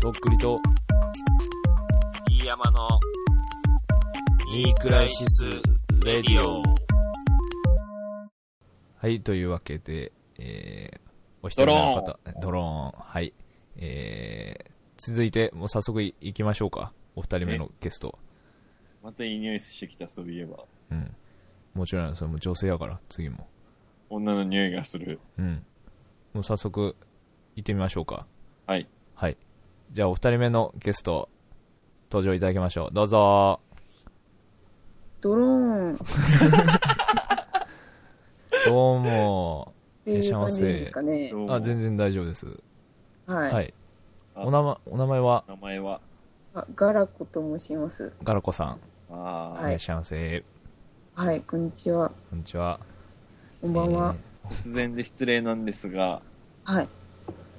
とっくりと、飯山のニークライシスレディオ。はい、というわけで、えー、お一人目の方、ドローン、はい。えー、続いて、もう早速い行きましょうか。お二人目のゲスト。またいい匂いしてきた、そういえば。うん。もちろん、それも女性やから、次も。女の匂いがする。うん。もう早速、行ってみましょうか。はい。はい。じゃあ、お二人目のゲスト、登場いただきましょう。どうぞドローンっどうもていう感じですかね。どうもあ、全然大丈夫です。はい、はい。お名前、お名前は、名前は、あガラコと申します。ガラコさん。ああ、いはらっしゃいませ。はい、こんにちは。こんにちは。こんばんは。突然で失礼なんですが、はい。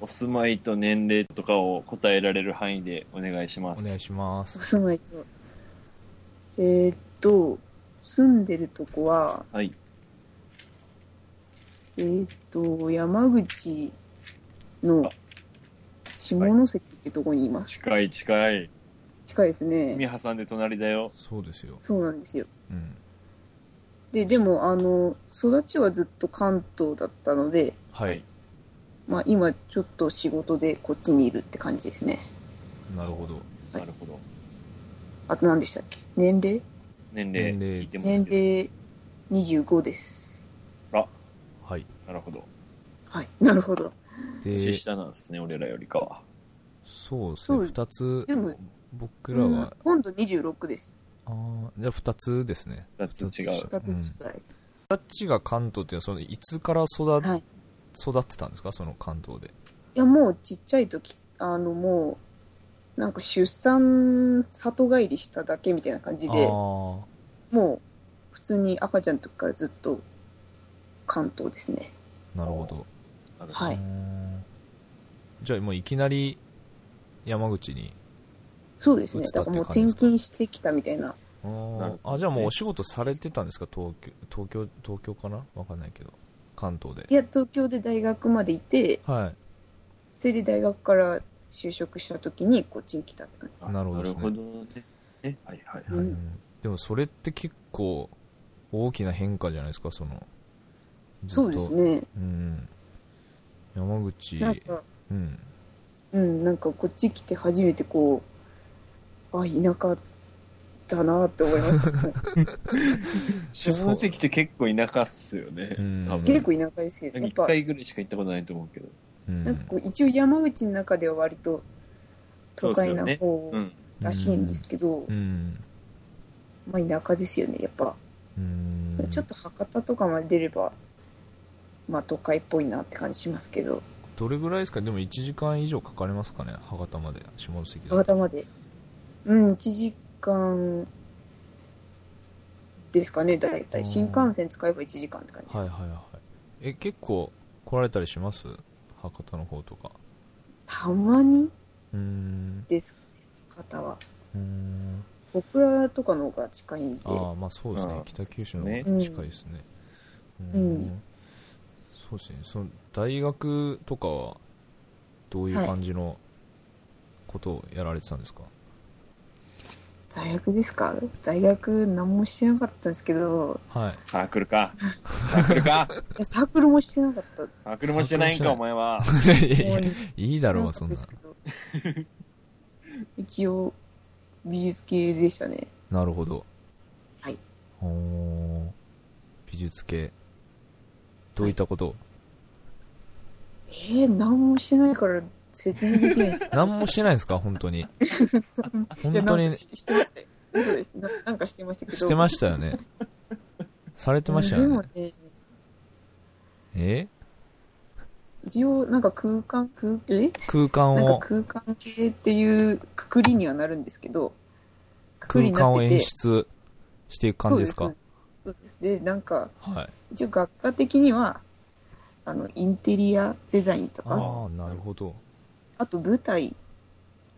お住まいと年齢とかを答えられる範囲でお願いしえまーす。お願いしまおす。住まいと。えーっと、住んでるとこは、はい。えーっと、山口の下関ってとこにいます。近い近い。近いですね。海挟んで隣だよ。そうですよ。そうなんですよ。うん。で、でも、あの、育ちはずっと関東だったので、はい。まあ今ちょっと仕事でこっちにいるって感じですね。なるほど。はいなるほど。あと何でしたっけ年齢年齢年齢聞いてもいい年です齢25です。はい。かなるほど。はい。なるほど。で年、下なんですね、俺らよりかは。そうですね。そう二つでも、僕らうんは、今度26です。ああーじゃあ二つですね。二つ違う二2つつんくらい。二つが関東っていうのは、その、いつから育、はい育ってたんですかその関東で。いや、もうちっちゃい時、あの、もう、なんか出産里帰りしただけみたいな感じあで、ーもう普通に赤ちゃんの時からずっと関東ですね。なるほど。なるほどはうーい。んじゃあもういきなり山口に。そうです移ねっ。ただってかいうらも感うじ転ですか勤してきたみたいあな。なーるほどあ、じゃあもうお仕事されてたんですか東京、東京、東京かなわかんないけど。関東でい。や、東京で大学までいて、はい。それで大学から就職した時にこっちに来たって感じ。あなるほどですねなるほどね。ねはいはい。うんでもそれって結構大きな変化じゃないですかそのずっとそうですね。うん、山口なんか、うん、うん、なんかこっち来て初めてこう、あ、田舎だなって思いま した。下関って結構田舎っすよね。うん多分結構田舎ですよ。やっ一ぱ、回ぐらいしか行ったことないと思うけど。うんなんかこう、一応山口の中では割と都会な方うん。らしいんですけどう、ん、まあ田舎ですよね、やっぱ。うん、ちょっと博多とかまで出れば、まあ都会っぽいなって感じしますけど、どれぐらいですかでも1時間以上かかりますかね博多まで下関だ博と多まで。うん、1時間ですかね、だいたうんい。新幹線使えば1時間って感じ。はいはいはいえ結構来られたりします博多の方とかたまにうんですかね、博多は。うん小倉とかの方が近いんで、ああまあそうですあねあ北九州のそうで方すがね近いですねううんんそうですねその大学とかはどういうはい感じのことをやられてたんですか、大学ですか大学何もしてなかったんですけど、はいサークルか。サークルか。いやサークルもしてなかった。サークルもしてない んか、お前は。いやいやもう いいだろうそんなしてかったですけど 一応、美術系でしたね。なるほどはいおー美術系どういったこと、えー、何もしてないから説明できないです何もしてないんですか本当に本当いやなんにかしてしてましたよ。そうです。ななんかしてましたけど。してまししたよ ねされてましたよねでもね、え一応なんか空間、空え空間なんかを空間系っていうくくりにはなるんですけど、くくり空にな間っをて演て出していく感じですかそうです。そうですそうですで、なんか、はい一応学科的には、あの、インテリアデザインとか、あああなるほどと舞台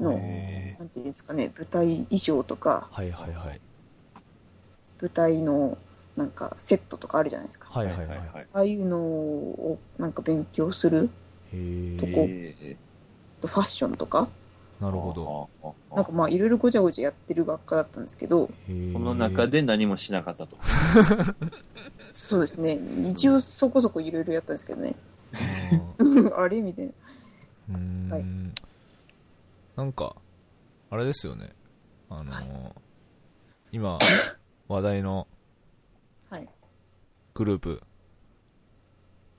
の、へなんていうんですかね、舞台衣装とか、はいはいはい舞台のなんかセットとかあるじゃないですか。はいはいはいはいい。ああいうのをなんか勉強するへとこええファッションとか、うなるほど。どなんかまあいろいろごちゃごちゃやってる学科だったんですけど、その中で。で何もしなかったと。そうですね。一応そこそこいろいろやったんですけどね。あれみたいな。うーん はいなんか、あれですよね。あのー今、話題のはい。グループ、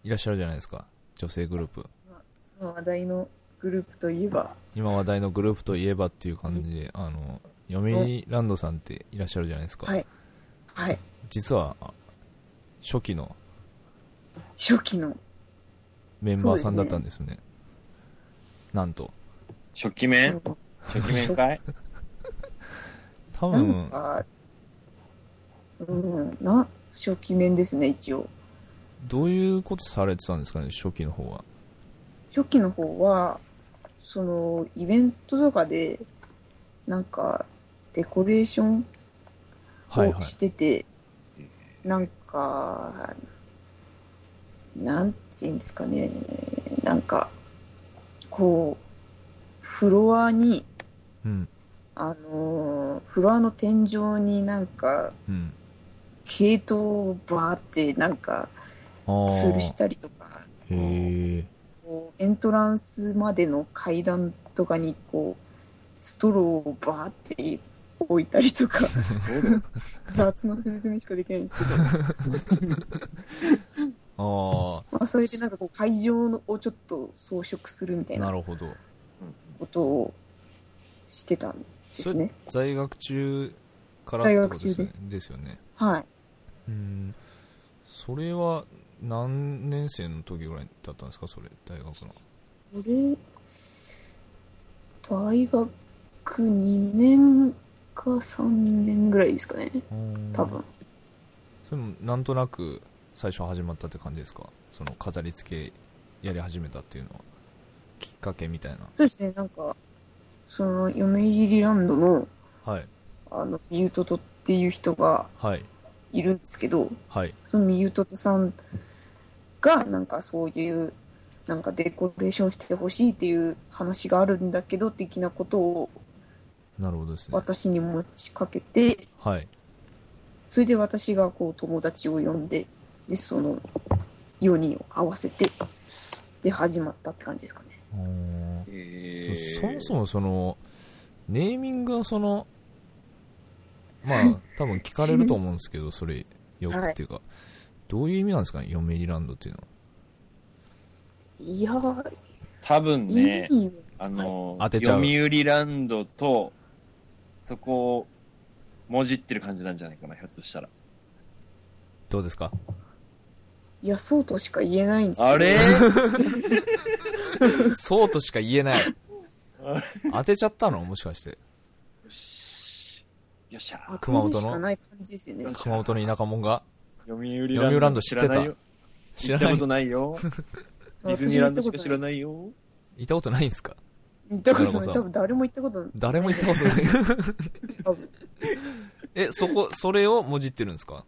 いらっしゃるじゃないですか。女性グループ。話題のグループといえば、今話題のグループといえばっていう感じで、あの、ヨミランドさんっていらっしゃるじゃないですか。はい。はい。実は、あ初期の初期の、メンバーさんだったんですよね。なんと。初期面そう初期面かい多なん分、か、うん、な、初期面ですね、一応。どういうことされてたんですかね、初期の方は。初期の方は、その、イベントとかで、なんか、デコレーションはいはをい。してて、なんか、なんていうんですかね、なんか、こう、フロアに、うん、あのーフロアの天井になんか、うん。系統をバーってなんかあー吊るしたりとか、へえ。こうエントランスまでの階段とかにこう、ストローをバーって置いたりとか、 雑な説明しかできないんですけど、あまあ、それでなんかこう会場のをちょっと装飾するみたあ、いななるほど。ことをしてたんですね。在学中から在って学ことです中ねですですよね。はい。うん。それは何年生の時ぐらいだったんですか、それ、大学の。これ、大学2年か3年ぐらいですかね、多分。。それもなんとなく最初始まったって感じですかその飾り付けやり始めたっていうのは。きっかけみたいな。そうですね、なんか、その、嫁入りランドの、はい。あの、ミュートトっていう人がはい。いるんですけど、はい。そのミュートトさんが、なんかそういう、なんかデコレーションしてほしいっていう話があるんだけど、的なことをなるほどですね。私に持ちかけて、はい。それで私がこう友達を呼んで、で、その、4人を合わせて、で、始まったって感じですかね。うーんえーそもそもそのネーミングはそのま あ多分聞かれると思うんですけどそれよくっていうか、どういう意味なんですかね嫁入りランドっていうのいやー、多分ね、いいよあの、当てちゃ読う売ランドと、そこを、もじってる感じなんじゃないかな、ひょっとしたら。どうですかいや、そうとしか言えないんですけど。あ れそうとしか言えない あ当てちゃったのもしかしてよし。よっしゃ。熊本の当てるしかない感じですよね。熊本の田舎者が読売ランド。読売ランド知ってたないよ知行らったなこいとない よ。ディズニーランドしか知らないよ。いたことないんですか行ったことない。田中さん多分誰も行ったことない。誰も行ったことない多分 えそこそれをもじってるんですか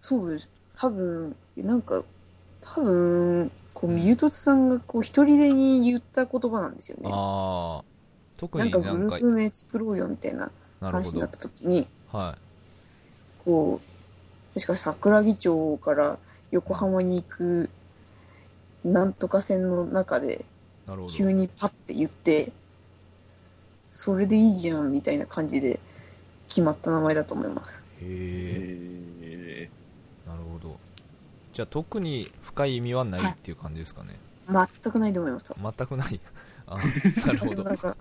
そうです。多分、なんか、多分、こう、ミュートトさんが、こう、一人でに言った言葉なんですよね。ああ特なんにかなんグかループ名作ろうよみたいななるほ話にどなった時に、はこう、確か桜木町から横浜に行く、なんとか線の中で、いなるほど急にパッて言って、それでいいじゃんみたいな感じで決まった名前だと思います。へええなるほどじゃあ特に深い意味はないっていう感じですかね、全くないと思います。全くない あなるほでどもなんか、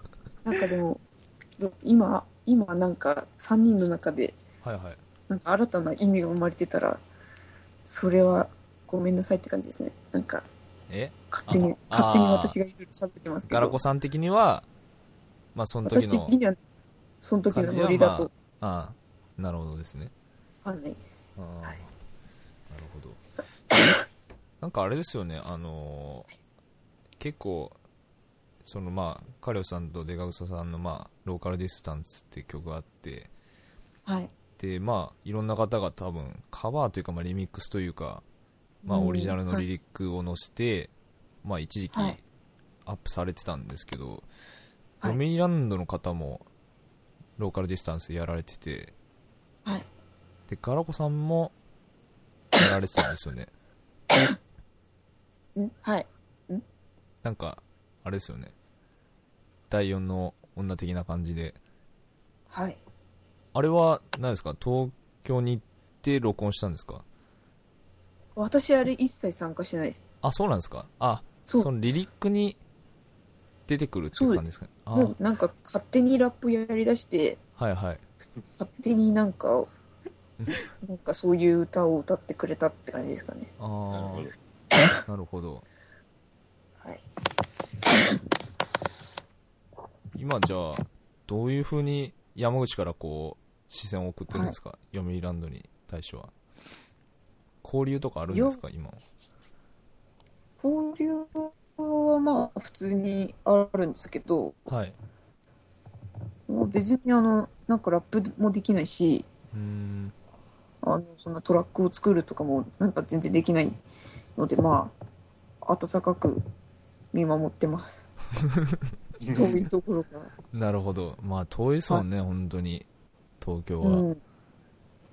なんかでも、今、今なんか3人の中で、はいはいなんか新たな意味が生まれてたら、それはごめんなさいって感じですね。なんか、え勝手に、あ勝手にあー私がいろいろ喋ってますけガラコど、さん的にはまあその時私的のには、その時のノリだとああなるほどですねわかんないです。ああはいなるほどなんかあれですよねあのー結構そのまあカリオさんとデカグサさんのまあローカルディスタンスって曲があってはい。でまあいろんな方が多分カバーというか、まあ、リミックスというか、まあ、オリジナルのリリックを載せて、まあ、一時期はいアップされてたんですけど、はいロミーランドの方もローカルディスタンスやられててはいでガラコさんもやられてたんですよねんはいなんかあれですよね第4の女的な感じではいあれは何ですか東京に行って録音したんですか私あれ一切参加してないですあそうなんですかあそそうのリリックに出てくるっていう感じですかねあもうなんか勝手にラップやりだしてはいはい勝手にな んかなんかそういう歌を歌ってくれたって感じですかねあーなるほどなるほどはい今じゃあどういうふうに山口からこう視線を送ってるんですか、読売ランドに対しては交流とかあるんですか今交流はまあ普通にあるんですけどはいもう別にあのなんかラップもできないしうーんあのそんなトラックを作るとかもなんか全然できないのでまあ温かく見守ってます遠いところからなるほどまあ遠いですもんね、本当に東京は、うん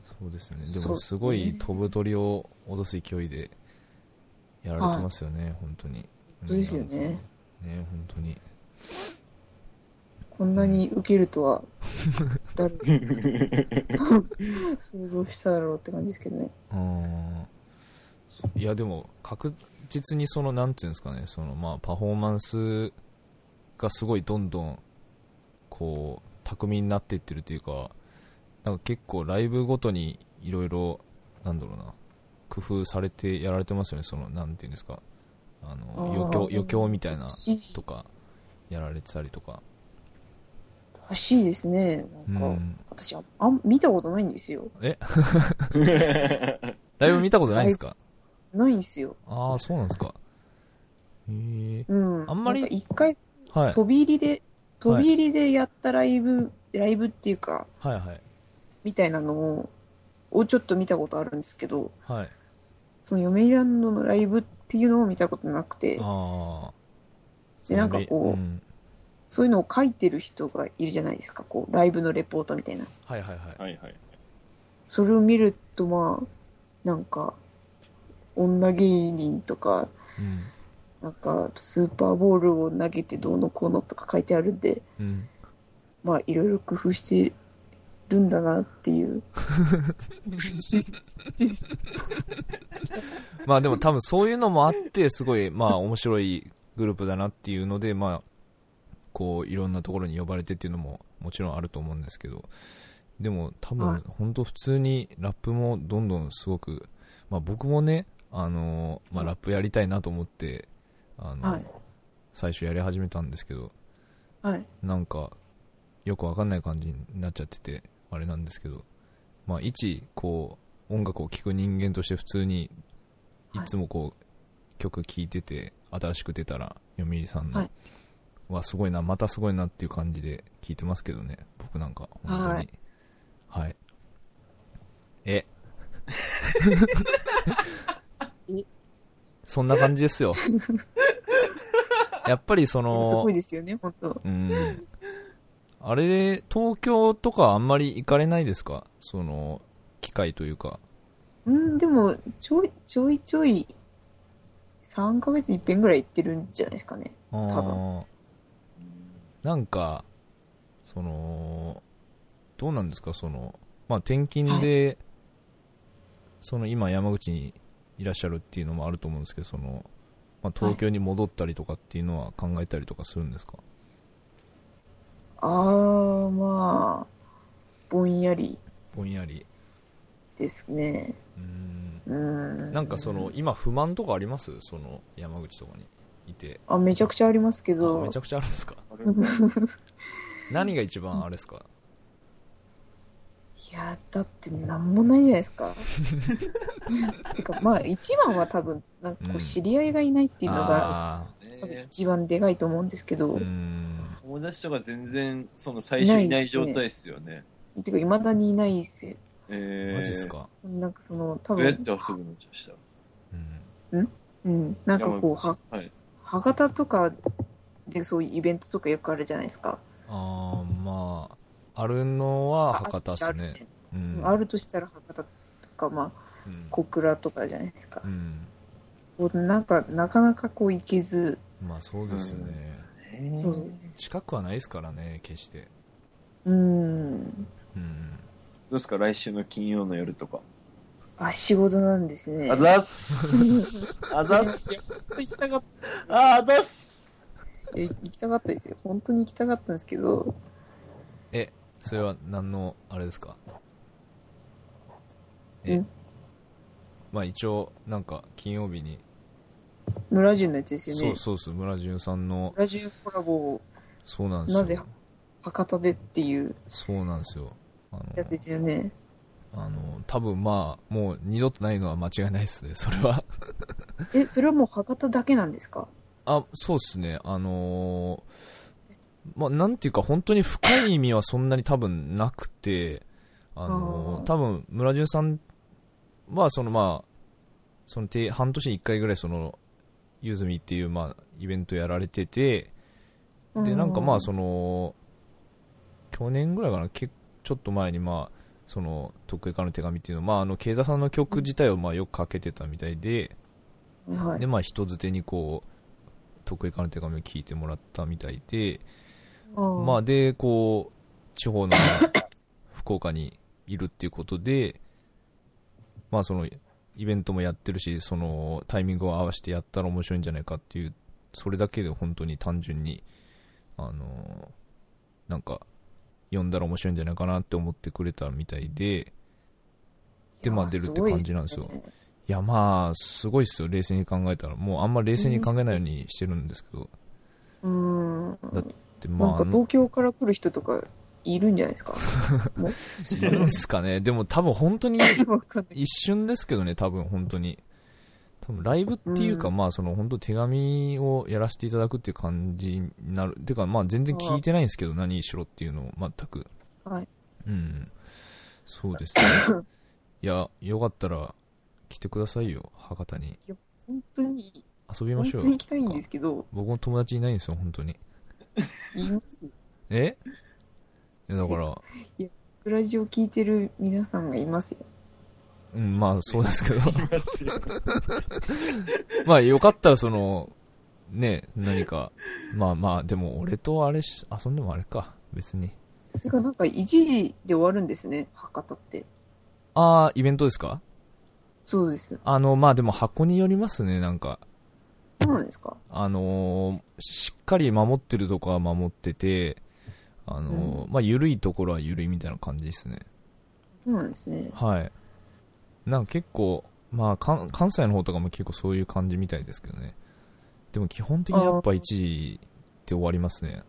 そうですねそうでもすごい飛ぶ鳥を脅す勢いでやられてますよね、本当にそうですよねうんね本当にこんなに受けるとは誰も 想像しただろうって感じですけどねうんいやでも確実にそのなんていうんですかねそのまあパフォーマンスがすごいどんどんこう巧みになっていってるというかなんか結構ライブごとにいろいろなんだろうな工夫されてやられてますよねそのなんていうんですかああのー余興余興みたいなしとかやられてたりとからしいですねうなんか、ん私ああん見たことないんですよライブ見たことないんですかないんですよああそうなんですかへえうんあんまりなか一回はい飛び入りで飛び入りでやったライブ、ライブっていうかはいはいみたいなのををちょっと見たことあるんですけどはいその嫁ランドのライブっていうのを見たことなくてああでなんかうこうんそういうのを書いてる人がいるじゃないですかこうライブのレポートみたいなはいはいはいはいはい。それを見るとまあなんか女芸人とかうなんかスーパーボールを投げてどうのこうのとか書いてあるんでん、うん、まあいろいろ工夫してるんだなっていう ですまあでも多分そういうのもあってすごいまあ面白いグループだなっていうのでまあこういろんなところに呼ばれてっていうのももちろんあると思うんですけどでも多は分い本当普通にラップもどんどんすごくまあ僕もねあのまあラップやりたいなと思ってあの、はい最初やり始めたんですけどはいなんかよくわかんない感じになっちゃっててあれなんですけどまあ一こう音楽を聴く人間として普通にいはいつもこう、曲聴いてて新しく出たら読売さんの、ははいすごいなまたすごいなっていう感じで聴いてますけどね僕なんか本当にははいい、 えそんな感じですよやっぱりそすのごいですよね本当うん。あれ、東京とかあんまり行かれないですかその、機会というか。うんでもちょいちょいちょい3ヶ月に一遍ぐらい行ってるんじゃないですかねあ多ーなんか、その、どうなんですかその、まあ、転勤で、その今山口にいらっしゃるっていうのもあると思うんですけど、その、まあ、東京に戻ったりとかっていうのは考えたりとかするんですか、ああまあぼんやりぼんやり。ですねうん。うんなんかその、今不満とかありますその、山口とかにいて。あめちゃくちゃありますけあどめちゃくちゃあるんですかあれ何が一番あれですか いやだってなんもないじゃないで すか。てかまあ一番は多分なんかこううん知り合いがいないっていうのがあ多分ね一番でかいと思うんですけど、ーうーん友達とか全然、その最初いない状態っすよね。てかいまだにいないせえーマジですか、なんかその多どうやって分、遊ぶのじゃしたらうんうん、なんかこうははい。博多とかでそういうイベントとかよくあるじゃないですか。あーまああるのは博多っすねうんあるとしたら博多とか、まあ、うん小倉とかじゃないですかう。んこうなんか、なかなかこう行けず、まあそうですよね、ねそう近くはないですからね決してうん、うんどうですか来週の金曜の夜とか。あ、仕事なんですね。あざっ すあざっすああざっすえ行きたかったですよ。本当に行きたかったんですけど、えそれは何のあれですかえんまあ一応なんか金曜日に村中のやつですよね。そうそうそう村淳さんの村中コラボをそうなんですよなぜ博多でっていうそうなんですよあのやつですよね。あの多分まあもう二度とないのは間違いないですね それはえ、それはもう博多だけなんですかあそうですねあのーまあなんていうか本当に深い意味はそんなに多分なくてあのーあー多分村淳さんはそのまあそのて半年に1回ぐらいそのゆずみっていうまあイベントやられててでなんかまあその去年ぐらいかなけちょっと前にまあその「徳江からの手紙」っていうのまああの慶座さんの曲自体をまあよくかけてたみたいでうん、はいで。まあ人づてにこう「徳江からの手紙」を聞いてもらったみたいでまあでこう地方の 福岡にいるっていうことでまあそのイベントもやってるしそのタイミングを合わせてやったら面白いんじゃないかっていうそれだけで本当に単純にあのなんか読んだら面白いんじゃないかなって思ってくれたみたいででまあ出るって感じなんですよすごいっねいやまあすごいっすよ冷静に考えたらもうあんま冷静に考えないようにしてるんですけどうん。だってでまなんあか東京から来る人とかいるんじゃな いですかもういるんすかねでも多分本当にわかんない一瞬ですけどね、多分本当に。多分ライブっていうか、うんまあその本当手紙をやらせていただくっていう感じになる。てかまあ全然聞いてないんですけど、何しろっていうのを全く。はい。うん。そうです ね。いや、よかったら来てくださいよ、博多に。本当に、遊びま本し当ょうによ行。きたいんですけど、僕も友達いないんですよ、本当に。言いますよ。えいやだから、ラジオ聞いてる皆さんがいますよ。うん、まあそうですけど。いますよ まあよかったらその、ね、何か、まあまあ、でも俺とあれし、遊んでもあれか、別に。てか、なんか1時で終わるんですね、博多って。ああ、イベントですかそうです。あの、まあでも箱によりますね、なんか。そうなんですかあのーししっかり守ってるとこは守ってて、あのーまあ緩いところは緩いみたいな感じですね。そうなんですね。はい。なんか結構、まあ関関西の方とかも結構そういう感じみたいですけどね。でも基本的にやっぱ1時で終わりますね。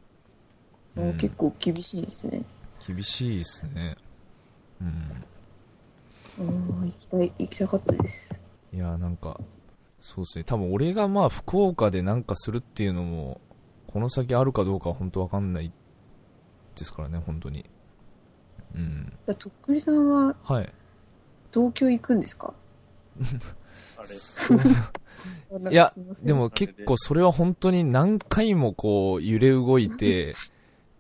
もううん結構厳しいですね。厳しいですねうんうん、行きたい、行きたかったです。いやなんかそうですね多分俺がまあ福岡でなんかするっていうのもこの先あるかどうかは本当わかんないですからね本当にうんいやとっくりさんははい東京行くんですかあれいやすませ んでも結構それは本当に何回もこう揺れ動い て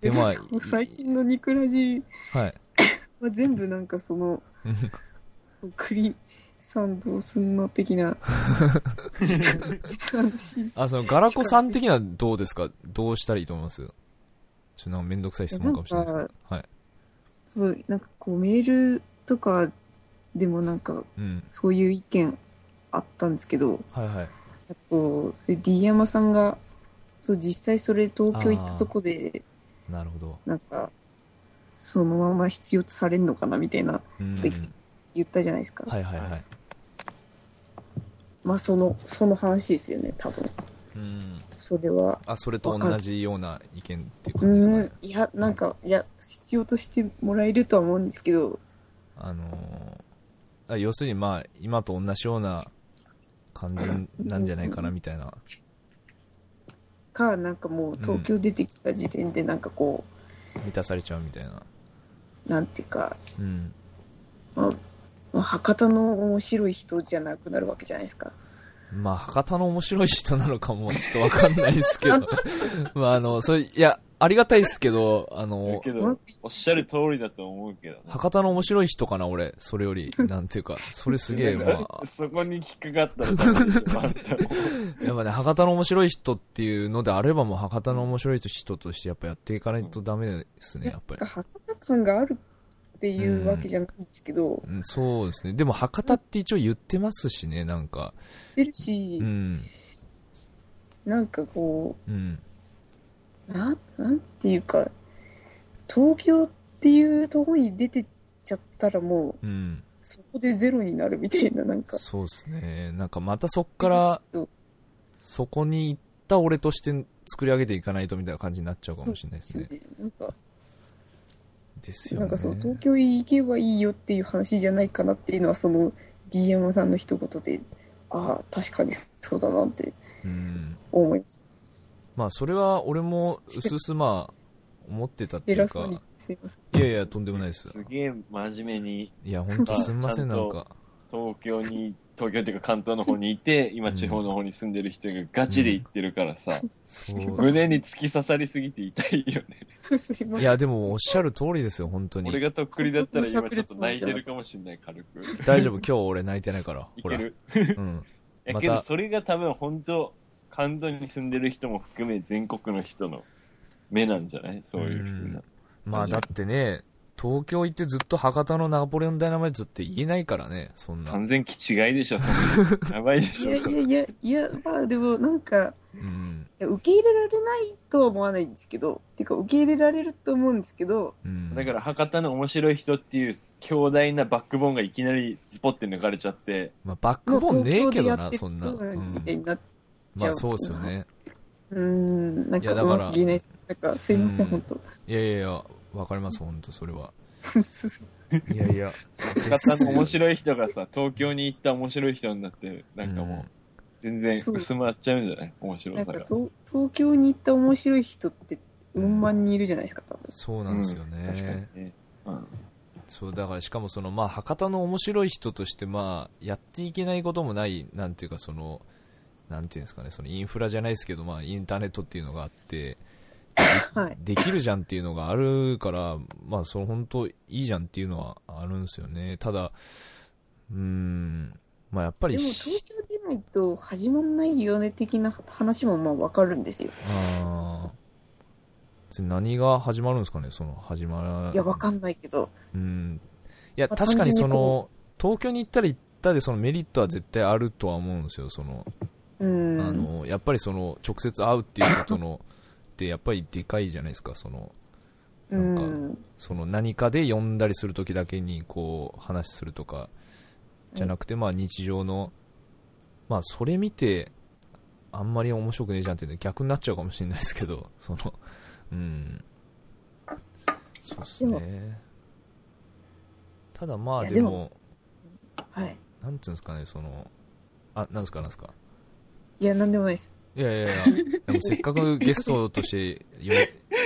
でまあいもう最近のニクラジはい は全部なんかその、うん栗さんどうすんの的な話あそのガラコさん的にはどうですかどうしたらいいと思いますちょっとなんかめんどくさい質問かもしれないですけどはい多分なんかこうメールとかでもなんかうんそういう意見あったんですけどはいはいあと D 山さんがそう実際それ東京行ったとこでなるほどなんかそのまま必要とされるのかなみたいなうんで言ったじゃないですか、はいはいはいまあそのその話ですよね多分うんそれはあそれと同じような意見っていうう感じですかねんいやなんかいや必要としてもらえるとは思うんですけどあのーあ要するにまあ今と同じような感じなんじゃないかなみたいなかなんかもう東京出てきた時点でなんかこ満たされちゃうみたいなう、なんていうか、うんまあまあ博多の面白い人じゃなくなるわけじゃないですかまあ、博多の面白い人なのかも、ち ょっとわかんないですけど。 まあ、あの、それ、いや、ありがたいですけど、あだの、けど、おっしゃる通りだと思う けどね、博多の面白い人かな、俺。それより、なんていうか、それす げえ、まあ、そこに引っかかったらダメでしょあんたもやっぱね、博多の面白い人っていうのであれば、もう博多の面白い人としてやっぱやっていかないとダメですね、やっぱり。博多感があるっていうわけじゃないんですけど、うんそうですね。でも、博多って一応言ってますしね、なんか。出るし、うん。なんかこうん。う、なん、なんていうか、東京っていうところに出てっちゃったらもう、うん。そこでゼロになるみたいな、なんか、そうですね。なんか、またそっからうん、そこに行った俺として作り上げていかないとみたいな感じになっちゃうかもしれないですね。なんか、ですよね。なんかそう、東京へ行けばいいよっていう話じゃないかなっていうのは、その DM さんの一言で、ああ、確かにそうだなってうん。思いまし。まあ、それは俺も、うすうすまあ、思ってたったてい偉うそうか、に、すいません。いやいや、とんでもないですす。げえ真面目にいや、本当すんません、ちなゃんんとか。東京に東京っていうか関東の方に いて今地方の方に住んでる人がガチで行ってるからさ、そう。胸に突き刺さりすぎて痛いよねすいいません。や、でも、おっしゃる通りですよ、本当俺に。がとっくりだったら今ちょっと泣いてるかもしんない 軽く大丈夫、今日俺泣いてないから。 いほけら。るうん。まいやたけどそれが多分本当関東に住んでる人も含め全国の人の目なんじゃないそういうふうなまあ、だってね、東京行ってずっと博多のナポレオンダイナマイトって言えないからね、そんな。完全気違いでしょそ れやばいでいしやょいそれやいや、いや、まあでもなんか、うん。いや受け入れられないとは思わないんですけど、てか受け入れられると思うんですけど、うん。だから博多の面白い人っていう強大なバックボーンがいきなりズポって抜かれちゃってまあ、バックボーンねえけどもうな、そ東ん京な。うんでやってる人みたいになっまあ、そうですよね。うーん、なんいやかだうからまく言えないです。なんかすいませうんん、本当。いやいやいや、わかります、本当それは。すいませいんやいや、博多の面白い人がさ東京に行った面白い人になってなんかもう全然薄まっちゃうんじゃない面な白んさかが東東京に行った面白い人って、うんまんにいるじゃないですか、多分。そうなんですよね。確かにねうんそうだからしかもその、まあ、博多の面白い人として、まあ、やっていけないこともないなんていうかそのなんていうんですかねそのインフラじゃないですけど、まあ、インターネットっていうのがあって、はいできるじゃんっていうのがあるから、まあ、その本当いいじゃんっていうのはあるんですよねただうーん、まあ、やっぱりでも東京出ないと始まんないよね的な話もまあわかるんですよ。あーそれ何が始まるんですかねその始まらいや、わかんないけど。うんいやまあ確かにそ単純にのこ東京に行ったら行ったでそのメリットは絶対あるとは思うんですよその、うあん。のやっぱりその直接会うっていうことのってやっぱりでかいじゃないですかそのうなんかん。その何かで呼んだりするときだけにこう話するとかじゃなくて、まあ日常のまあそれ見てあんまり面白くねえじゃんっていうの逆になっちゃうかもしれないですけど そのうんそうっすねただまあいやででももはい。なんていうんですかね、その、あ、なんですか、なんですか。いや、なんでもないです。いやいやいや、でもせっかくゲストとして呼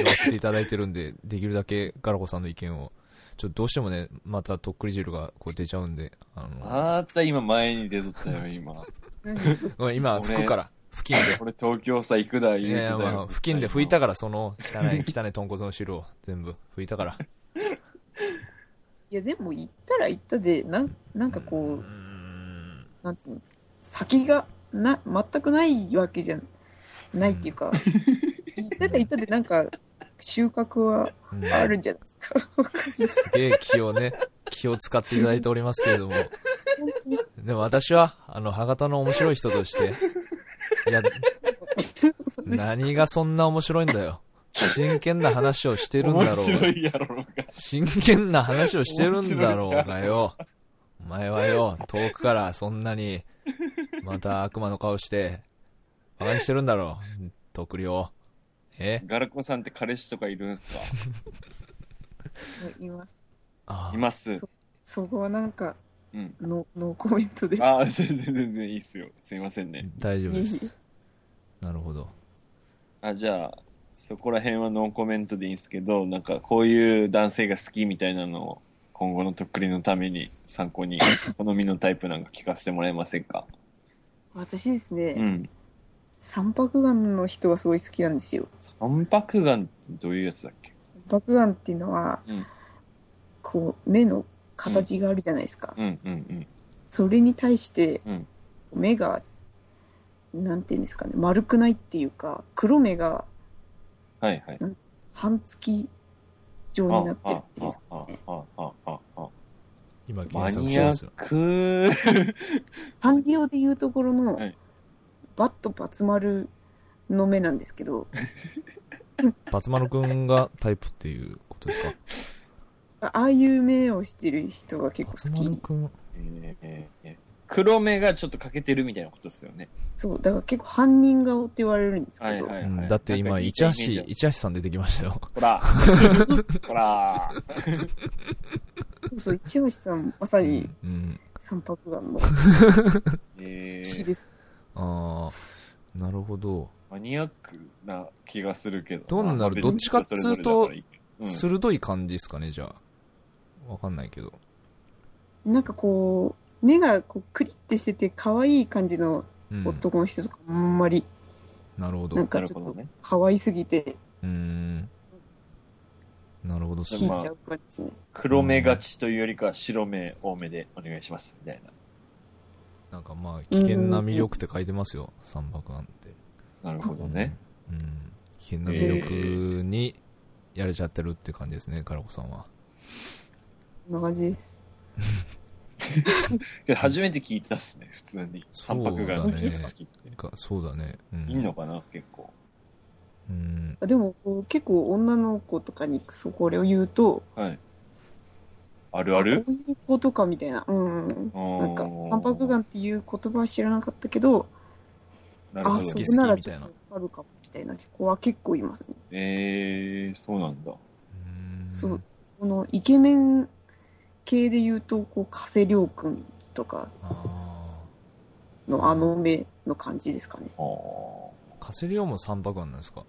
呼ばせていただいてるんで、できるだけガラコさんの意見を、ちょっとどうしてもね、またとっくり汁がこう出ちゃうんで、あの、あーた今前に出とったよ今何ごめん今、それ服から、付近で。俺東京さ行くだい言うやいてたや、よまあ、絶対付近で拭いたから、その汚い、汚い豚骨の汁を全部拭いたから。いや、でも行ったら行ったで、なんなんかこう、うーんなんつうの、先がな、全くないわけじゃないっていうか、行ったら行ったでなんか、収穫はうんあるんじゃないですすか。げえ気をね、気を使っていただいておりますけれども。でも私は、あの、博多の面白い人として、いや、何がそんな面白いんだよ。真剣な話をしてるんだろ面う白が。いやろうが真剣な話をしてるんだろうがよ。お前はよ、遠くからそんなに、また悪魔の顔して、馬鹿にしてるんだろう。とっくりを。えガラコさんって彼氏とかいるんすか います。あいますそこはなんか、うんノノーコメントで。ああ全然全然いいっすよすいませんね大丈夫です。なるほど。あじゃあそこら辺はノーコメントでいいんですけどなんかこういう男性が好きみたいなのを今 後のとっくりのために参考に好みのタイプなんか聞かせてもらえませんか私ですね、うん。三白眼の人がすごい好きなんですよ。三白眼ってどういうやつだっけ三白眼っていうのは、うんこう目の形があるじゃないですか。うんうんそれに対して、うん目がなんていうんですかね丸くないっていうか黒目がうん。はいはい。半月状になってるっていうんですかね。あああああああ今マ検索しニてアますッよクサンリオでいうところの、はいバットバツ丸の目なんですけどバツマルくんがタイプっていうことですかあああいう目をしてる人が結バツ構マル好きくんえええ黒目がちょっと欠けてるみたいなことですよね。そうだから結構犯人顔って言われるんですけど、はいうはいんはい。だって今なん市橋か似たイメージ市橋さん出てきましたよほ ら。ほら。そうそう市橋さんまさうにん、うん、三白眼のえ不思議ー、です、ああなるほどマニアックな気がするけど。どうなんだろうまあどっちかっつうと、別に人それぞれだか鋭らいいい感じですかねじゃあわかんないけどなんかこう目がこうクリってしてて可愛い感じのうん男の人とかあんまりなるほどなんうけうんかなるちょほっどとね。可愛すぎてーんなるほどそ引ういまあちゃう感じですね、黒目がちというよりかは白目多めでお願いしますみたいなんかまあ危険な魅力って書いてますよ三爆眼ってな。なるほどね。うん、うん危険な魅力にやれちゃってるって感じですねカラコさんはこんな感じですけど初めて聞いたっすね、普通に。そう三だね白眼の人好きって。かそうだね、うん、いいのかな結構。うんあでもこう結構女の子とかにそうこれを言うとはい。あるあるこういう子とかみたいなうんうんななんか三白眼っていう言葉は知らなかったけどなるほあどそ好こき。な好らきみちたょいっなとあるかもみたいな子は結構いますねえー、そうなんだ。うんそうこのイケメン系で言うとこう加瀬亮君とかあのあの目の感じですかねあーあカセリオも三爆眼なんですか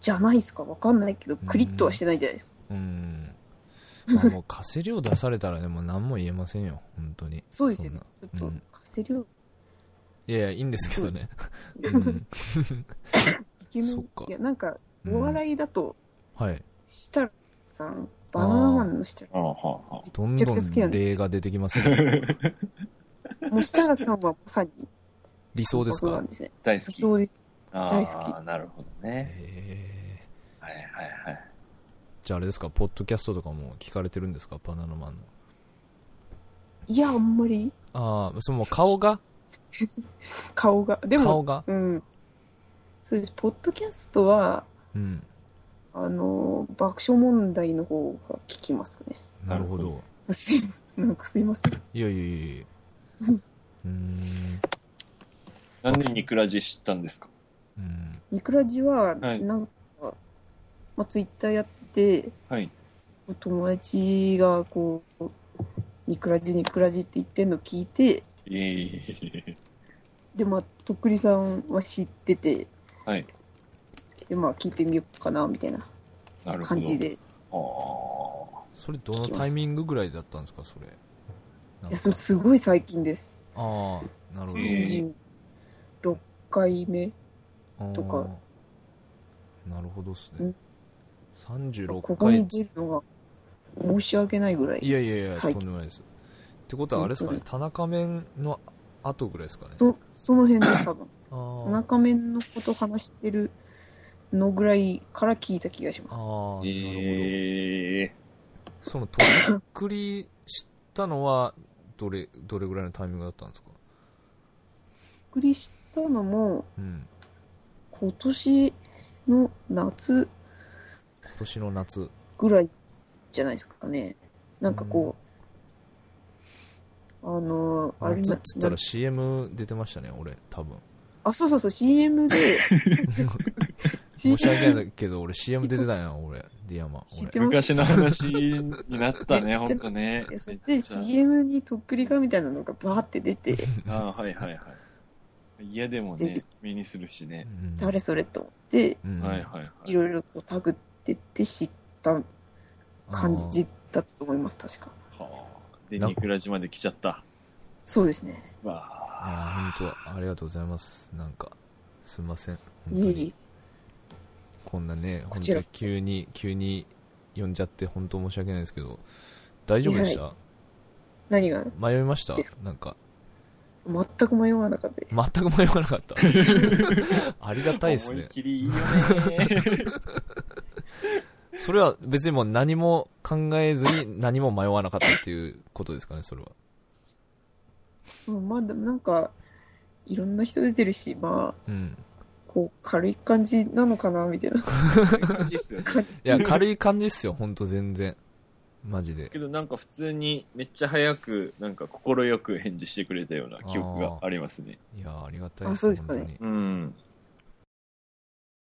じゃないですかわかんないけどクリッとはしてないじゃないですかうん、まあ、もうカセリオ出されたらねもう何も言えませんよ本当にそうですよねちょっうとん加瀬亮いやいやいいんですけどね、うん、イケメそっンかいやなんかうんお笑いだとはい設設楽さんバナナマンの設楽あーさはあはどんめちゃどくちゃ好きなんんですけど例が出てきます ねんもう設楽さんはまさに理想ですそうなかんですね大好理き。想です大大好なるほどね。えーはいはいはい。じゃああれですかポッドキャストとかも聞かれてるんですかバナナマンのいやあんまりああその顔が顔がで顔もがうんそうですポッドキャストはうんあの爆笑問題の方が聞きますねなるほなるどすいなんかすいませんいやいやいやいやうーんなんでニクラジ知ったんですかうんニクラジははいなんか、まあ、ツイッターやっててはい。友達がこう「ニクラジニクラジ」って言ってんの聞いてえー、でまあとっくりさんは知っててはい。でまあ聞いてみようかなみたいななるほど。感じであーそれどのタイミングぐらいだったんですかそれなんいかやそれすごい最近ですああなるほどえー36回目とかあーなるほどっすうねんこ36こ回にっつ出るのが申し訳ないぐらいいやいやいやとん最でもないですってことはあれですかね田中面の後ぐらいですかねそその辺です多分あ田ー中面のこと話してるのぐらいから聞いた気がしあますーなるえほどそのとっくり知ったのはどれどれぐらいのタイミングだったんですかびっくりしたのもうん今年の夏今年の夏ぐらいじゃないですかねなんかこう、あのあれ夏っなつったらな CM 出てましたね俺多分あそうそうそう CM で 申 CM し訳ないけど俺 CM 出てたんや俺ディアマ知っ俺てー、ま昔すの話になった ね、えほんとね。えそれ で CM にとっくりがみたいなのがバーって出 てあーはいはいはい。嫌でもね、目にするしね。誰それと思ってうんうんはいはいはい。いろいろこうタグってって知った感じだと思います確かはあで、ニクラジまで来ちゃった。そうですねわあ。あ本当ありがとうございますなんかすいません本い当えにいこんなねこ本ち当らに急に急に呼んじゃって本当申し訳ないですけど大丈夫でした何が迷いましたですなんか全く迷わなかったです。全く迷わなかった ありがたいです思いっねきりいいよねそれは別にもう何も考えずに何も迷わなかったっていうことですかねそれはうんまあ、でもなんか、いろんな人出てるし、まあ、うんこう、軽い感じなのかな、みたいな。いいっすよね 感じいや軽い感じっすよ本当全然マジでけどなんか普通にめっちゃ早くなんか快く返事してくれたような記憶がありますねいやありがたいあでそうすですかね本当にうん